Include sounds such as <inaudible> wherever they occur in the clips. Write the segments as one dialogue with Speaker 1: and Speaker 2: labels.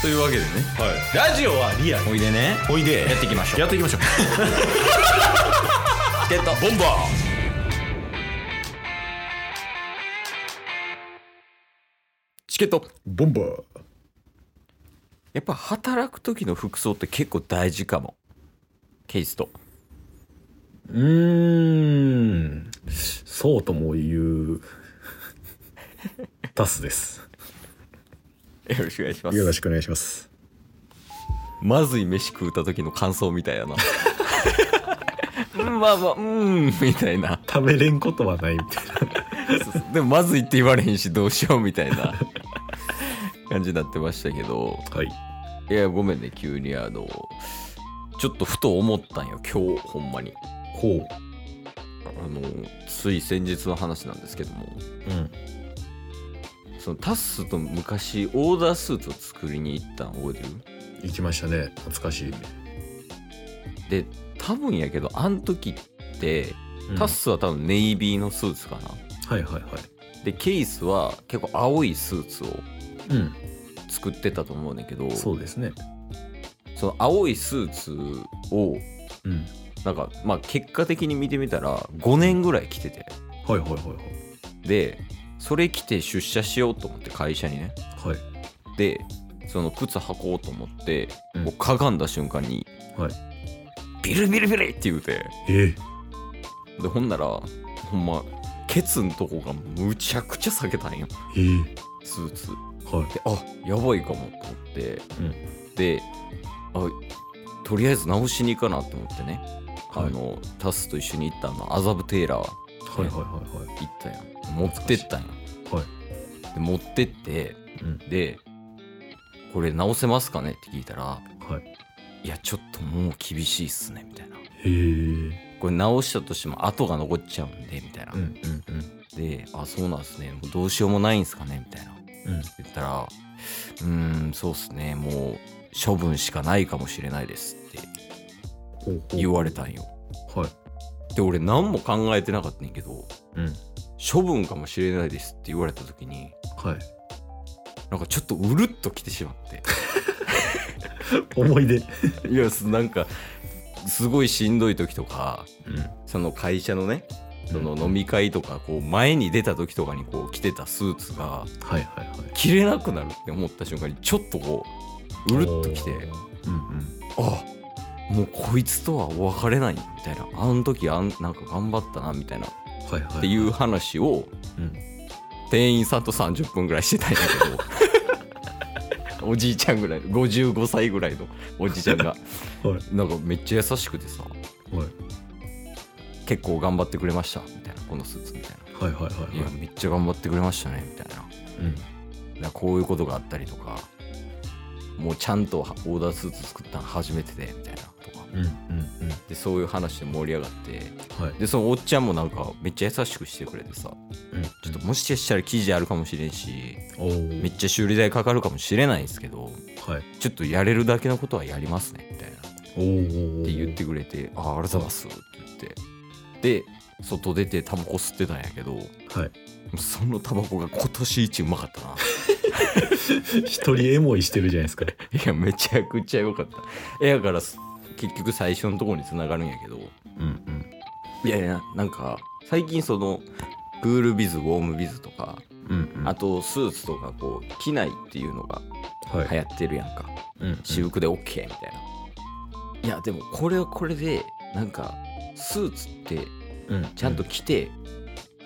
Speaker 1: というわけでね
Speaker 2: はい、ラジオはリアル
Speaker 1: おいでね
Speaker 2: おいで
Speaker 1: やっていきましょう
Speaker 2: やっていきましょう
Speaker 1: <laughs> チケット
Speaker 2: ボンバ
Speaker 1: チケット
Speaker 2: ーボンバー
Speaker 1: やっぱ働く時の服装って結構大事かもケイスト
Speaker 2: うーんそうとも言うタスです
Speaker 1: よろしくお願いしま
Speaker 2: よろ
Speaker 1: す
Speaker 2: しくお願いします
Speaker 1: まずい飯食うた時の感想みたいや
Speaker 2: <laughs>
Speaker 1: なうんまあまあうんみたいな
Speaker 2: 食べれんことはないみたいな
Speaker 1: そうそうでもまずいって言われへんしどうしようみたいな感じになってましたけど
Speaker 2: はい
Speaker 1: いやごめんね急にあのちょっとふと思ったんよ今日ほんまに
Speaker 2: こ
Speaker 1: あのつい先日の話なんですけども
Speaker 2: ううん
Speaker 1: そのタッスと昔オーダースーツを作りに行ったん覚えて
Speaker 2: 行きましたね懐かしい、
Speaker 1: るで多分やけどあの時ってタッスは多分ネイビーのスーツかな、
Speaker 2: はいはいはい
Speaker 1: でケイスは結構青いスーツを
Speaker 2: うん
Speaker 1: 作ってたと思うねんだけど
Speaker 2: そうですね
Speaker 1: その青いスーツを
Speaker 2: うん
Speaker 1: なんかまあ結果的に見てみたら5年ぐらい着てて
Speaker 2: はいはいはい
Speaker 1: でそれ着て出社しようと思って会社にね
Speaker 2: はいはい
Speaker 1: でその靴履こうと思って、
Speaker 2: うん
Speaker 1: もうかがんだ瞬間に、
Speaker 2: はい
Speaker 1: ビルビルビルって言うて
Speaker 2: え
Speaker 1: でほんならほんまケツのとこがむちゃくちゃ下げたんよ
Speaker 2: え
Speaker 1: スーツ
Speaker 2: はい
Speaker 1: であやばいかもと思って、
Speaker 2: うん
Speaker 1: であとりあえず直しに行かなと思ってね、
Speaker 2: はい
Speaker 1: あのタスと一緒に行ったあの麻布テーラー
Speaker 2: はいはいはいは
Speaker 1: 行ったやん持ってったんや
Speaker 2: いはい
Speaker 1: で持ってって
Speaker 2: うん
Speaker 1: でこれ直せますかねって聞いたら
Speaker 2: はい
Speaker 1: いやちょっともう厳しいっすねみたいな
Speaker 2: へえ
Speaker 1: これ直したとしても跡が残っちゃうんでみたいな、
Speaker 2: うんうんうん
Speaker 1: であそうなんすねもうどうしようもないんすかねみたいな
Speaker 2: うん
Speaker 1: 言ったらうーんそうっすねもう処分しかないかもしれないですって
Speaker 2: ほうほう
Speaker 1: 言われたんよ
Speaker 2: はい
Speaker 1: で俺何も考えてなかったんやけど
Speaker 2: うん
Speaker 1: 処分かもしれないですって言われた時に
Speaker 2: はい
Speaker 1: なんかちょっとうるっときてしまって
Speaker 2: 思い出
Speaker 1: いやすなんかすごいしんどい時とか
Speaker 2: うん
Speaker 1: その会社のねその
Speaker 2: うん
Speaker 1: 飲み会とかこう前に出た時とかにこう着てたスーツが
Speaker 2: はいはいはい
Speaker 1: 着れなくなるって思った瞬間にちょっとこううるっときて
Speaker 2: うん
Speaker 1: あもうこいつとはお別れないみたいなあの時あんなんか頑張ったなみたいなっ
Speaker 2: うんはいはい
Speaker 1: ていう話を
Speaker 2: うん
Speaker 1: 店員さんと30分ぐらいしてたんやけ
Speaker 2: <laughs>
Speaker 1: どおじいちゃんぐらいの55歳ぐらいのおじいちゃんが
Speaker 2: はい
Speaker 1: なんかめっちゃ優しくてさ
Speaker 2: はい
Speaker 1: 結構頑張ってくれましたみたいなこのスーツみたいな
Speaker 2: はいはいはい
Speaker 1: いやめっちゃ頑張ってくれましたねみたいな
Speaker 2: うん
Speaker 1: なんかこういうことがあったりとかもうちゃんとオーダースーツ作ったの初めてでみたいなとか
Speaker 2: うんうんうん
Speaker 1: でそういう話で盛り上がって
Speaker 2: はい
Speaker 1: でそのおっちゃんもなんかめっちゃ優しくしてくれてさ
Speaker 2: うん
Speaker 1: ちょっともしかしたら記事あるかもしれんし
Speaker 2: おー
Speaker 1: めっちゃ修理代かかるかもしれないんですけど
Speaker 2: はい
Speaker 1: ちょっとやれるだけのことはやりますねみたいなっ
Speaker 2: おー
Speaker 1: て言ってくれて「ああありがとうございます」って言ってで外出てタバコ吸ってたんやけど
Speaker 2: はい
Speaker 1: そのタバコが今年一うまかったな
Speaker 2: 一人エモいしてるじゃないです
Speaker 1: <laughs>
Speaker 2: か
Speaker 1: いやめちゃくちゃ良かったえやからす結局最初のところに繋がるんやけど
Speaker 2: うんうん
Speaker 1: いやいやなんか最近そのクールビズウォームビズとか
Speaker 2: うんうん
Speaker 1: あとスーツとかこう着ないっていうのが
Speaker 2: はい
Speaker 1: 流行ってるやんか、
Speaker 2: うんうん
Speaker 1: 私服で OK みたいな、いやでもこれはこれでなんかスーツって
Speaker 2: うん
Speaker 1: ちゃんと着て、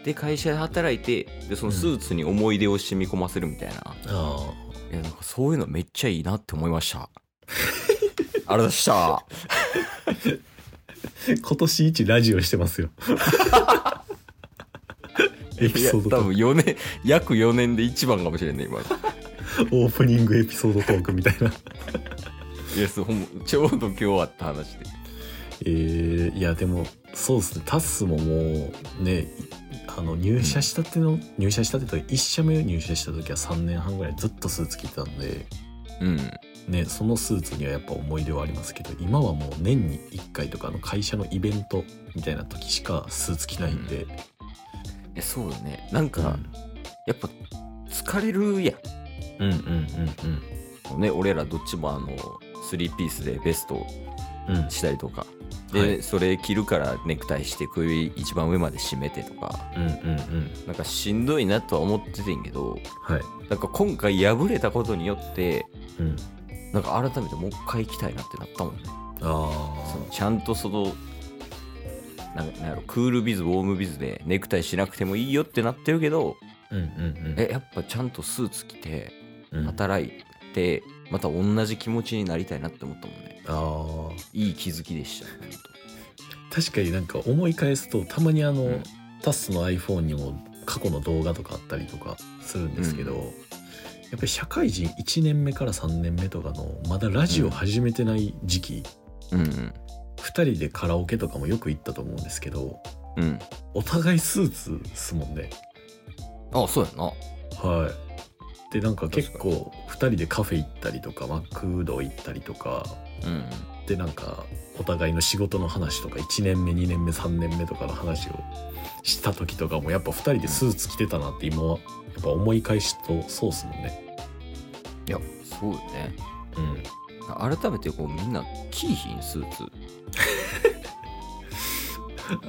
Speaker 1: で会社で働いてでそのスーツに思い出を染み込ませるみたいな、
Speaker 2: あ
Speaker 1: いやなんかそういうのめっちゃいいなって思いましたあ
Speaker 2: <laughs>
Speaker 1: りがとうございました
Speaker 2: ー今年一ラジオして <laughs> ますよエピ
Speaker 1: いや
Speaker 2: ソ
Speaker 1: 多
Speaker 2: ードトー
Speaker 1: 分4年約4年で一番かもしれんね今の
Speaker 2: クオープニングエピソードトークみたいない
Speaker 1: やそうほんまちょうど今日あった話で
Speaker 2: えーいやでもそうですねタッスももうねいあの入社したての、入社したてと1社目を入社した時は3年半ぐらいずっとスーツ着てたんで、
Speaker 1: うん
Speaker 2: ね、そのスーツにはやっぱ思い出はありますけど今はもう年に1回とかの会社のイベントみたいな時しかスーツ着ないんで、
Speaker 1: えそうだねなん
Speaker 2: うん
Speaker 1: か、やっぱ疲れるやん
Speaker 2: うんうんうん
Speaker 1: ね、俺らどっちもあの3ピースでベスト
Speaker 2: うん
Speaker 1: したりとかで、
Speaker 2: はい
Speaker 1: それ着るからネクタイして首一番上まで締めてとか
Speaker 2: うんうんうん
Speaker 1: なんかしんどいなとは思っててんけど
Speaker 2: はい
Speaker 1: なんか今回破れたことによって
Speaker 2: うん
Speaker 1: なんか改めてもう一回行きたいなってなったもんね
Speaker 2: あ
Speaker 1: そのちゃんとそのなんなんやろクールビズウォームビズでネクタイしなくてもいいよってなってるけど
Speaker 2: あうんうんうん
Speaker 1: えやっぱちゃんとスーツ着て
Speaker 2: うん
Speaker 1: 働いてまた同じ気持ちになりたいなって思ったもんね
Speaker 2: あー
Speaker 1: いい気づきでしたね
Speaker 2: 確かになんか思い返すとたまにあの、
Speaker 1: うん
Speaker 2: タスの iPhone にも過去の動画とかあったりとかするんですけど、
Speaker 1: うん
Speaker 2: やっぱり社会人1年目から3年目とかのまだラジオ始めてない時期、
Speaker 1: うんうん
Speaker 2: 2人でカラオケとかもよく行ったと思うんですけど
Speaker 1: うん
Speaker 2: お互いスーツっすもんね
Speaker 1: あそうやな
Speaker 2: はいでなんか結構2人でカフェ行ったりとかマクド行ったりとか
Speaker 1: うん
Speaker 2: でなんかお互いの仕事の話とか1年目2年目3年目とかの話をした時とかもやっぱ2人でスーツ着てたなって今はやっぱ思い返すとそうっすもんね
Speaker 1: いやそうよね
Speaker 2: うん
Speaker 1: 改めてこうみんなキーヒンスーツ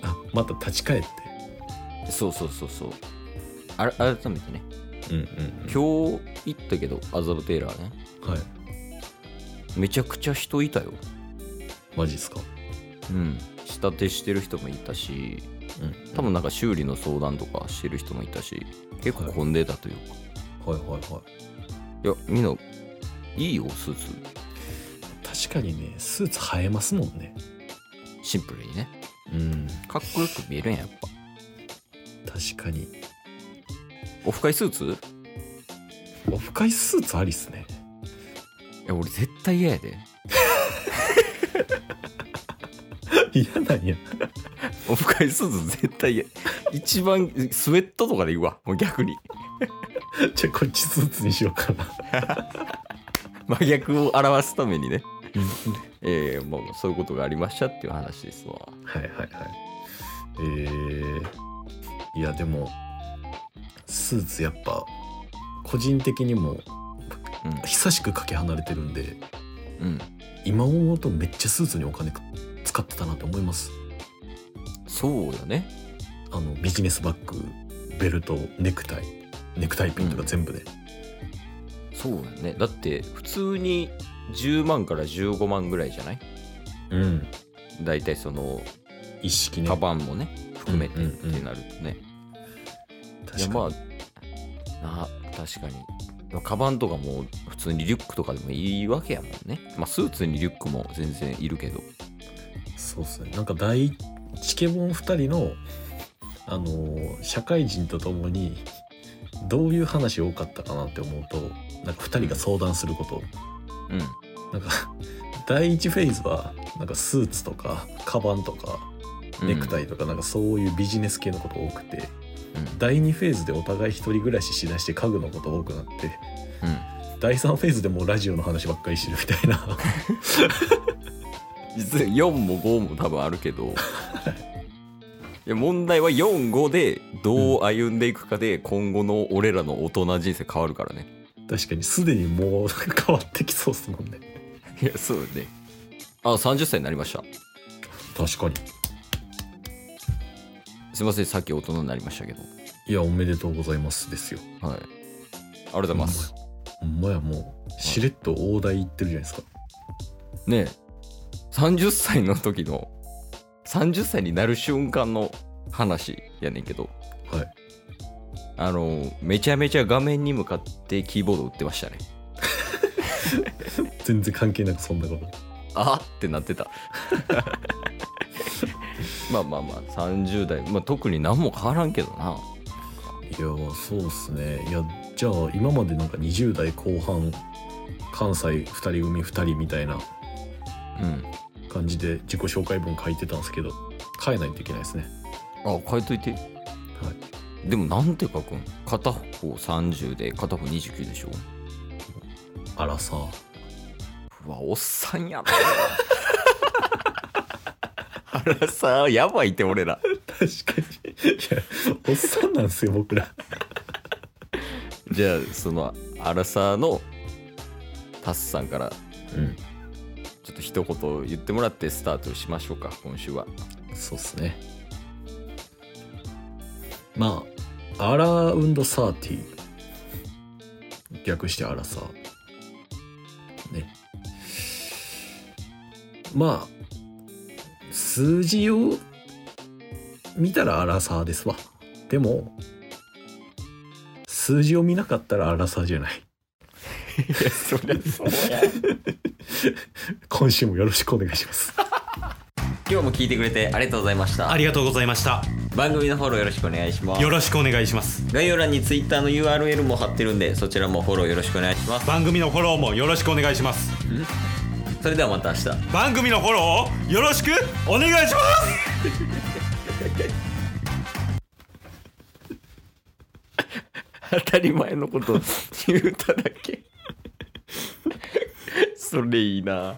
Speaker 2: あまた立ち返って
Speaker 1: そうそうそうそうあら改めてね
Speaker 2: うんうん
Speaker 1: 今日行ったけど麻布テイラーね
Speaker 2: うんはい
Speaker 1: めちゃくちゃ人いたよ
Speaker 2: マジっすか
Speaker 1: うん仕立てしてる人もいたし
Speaker 2: うん
Speaker 1: 多分なんか修理の相談とかしてる人もいたし結構混んでたというか、
Speaker 2: はいはいはい
Speaker 1: い、やみんないいよスーツ
Speaker 2: 確かにねスーツ映えますもんね
Speaker 1: シンプルにね
Speaker 2: うん
Speaker 1: かっこよく見えるんややっぱ
Speaker 2: 確かに
Speaker 1: オフ会スーツ
Speaker 2: オフ会スーツありっすね <laughs>
Speaker 1: いや俺絶対嫌やで
Speaker 2: 嫌なんや
Speaker 1: オフ会スーツ絶対嫌一番スウェットとかでいいわもう逆に
Speaker 2: じゃあこっちスーツにしようかな
Speaker 1: 真逆を表すためにね <laughs> えー、まあまあそういうことがありましたっていう話ですわ
Speaker 2: はいはいはい。えー、いやでもスーツやっぱ個人的にも久しくかけ離れてるんで
Speaker 1: うん、うん、
Speaker 2: 今思うとめっちゃスーツにお金か使ってたなって思います。
Speaker 1: そうだね
Speaker 2: あのビジネスバッグベルトネクタイネクタイピンとか全部で、
Speaker 1: そうだねだって普通に10万から15万ぐらいじゃない
Speaker 2: うん、
Speaker 1: だいたいその
Speaker 2: 一式ね
Speaker 1: カバンもね含めて
Speaker 2: うん
Speaker 1: っ
Speaker 2: うんうん
Speaker 1: てなるとね、い
Speaker 2: 確
Speaker 1: や
Speaker 2: かに
Speaker 1: まあな確かにカバンとかも普通にリュックとかでもいいわけやもんねまあスーツにリュックも全然いるけど
Speaker 2: そうっすねなんか第チケボン2人のあのー社会人とともにどういう話多かったかなって思うとなんか2人が相談すること、
Speaker 1: うん
Speaker 2: なんか <laughs> 第1フェーズはなんかスーツとかカバンとかネクタ
Speaker 1: イ、
Speaker 2: イとか、なんかそういうビジネス系のこと多くて
Speaker 1: うん
Speaker 2: 第2フェーズでお互い一人暮らししだして家具のこと多くなって
Speaker 1: うん
Speaker 2: 第3フェーズでもうラジオの話ばっかりしてるみたいな <laughs>
Speaker 1: 実は4も5も多分あるけ
Speaker 2: <laughs>
Speaker 1: どいや問題は45でどう歩んでいくかで今後の俺らの大人人生変わるからね
Speaker 2: 確かにすでにもうなんか変わってきそうっすもんね
Speaker 1: いやそうねあ30歳になりました
Speaker 2: 確かに
Speaker 1: すいませんさっき大人になりましたけど
Speaker 2: いやおめでとうございますですよ
Speaker 1: はいありがとうございます
Speaker 2: ほんまやもうしれっと大台行ってるじゃないですか
Speaker 1: ねえ30歳の時の30歳になる瞬間の話やねんけど
Speaker 2: はい
Speaker 1: あのめちゃめちゃ画面に向かってキーボード打ってましたね
Speaker 2: 全然関係なくそんなこと
Speaker 1: あってなってた <laughs> まあまあまあ30代、まあ、特に何も変わらんけどない
Speaker 2: やそうっすねいやじゃあ今までなんか20代後半関西2人組2人みたいな
Speaker 1: うん
Speaker 2: 感じで自己紹介文書いてたんですけど変えないといけないですね
Speaker 1: あ変えといて
Speaker 2: は
Speaker 1: でもなんて書くん片方30で片方29でしょ
Speaker 2: あらさ
Speaker 1: うわおっさんやな <laughs> あらさやばいって俺ら
Speaker 2: 確かにいやおっさんなんですよ僕ら
Speaker 1: じゃあそのアラサーのタスさんから
Speaker 2: うん
Speaker 1: ちょっと一言言ってもらってスタートしましょうか今週は
Speaker 2: そうっすねまあアラウンドサーティ略してアラサーねまあ数字を見たらアラサーですわでも数字を見なかったらアラサーじゃない
Speaker 1: いやそりゃそうや
Speaker 2: 今週もよろしくお願いします
Speaker 1: <laughs> 今日も聞いてくれてありがとうございました
Speaker 3: ありがとうございました
Speaker 1: 番組のフォローよろしくお願いします
Speaker 3: よろしくお願いします
Speaker 1: 概要欄に Twitter の URL も貼ってるんでそちらもフォローよろしくお願いします
Speaker 3: 番組のフォローもよろしくお願いします
Speaker 1: それではまた明日
Speaker 3: 番組のフォローをよろしくお願いします
Speaker 1: 当たり前のこと言うただけそれいいな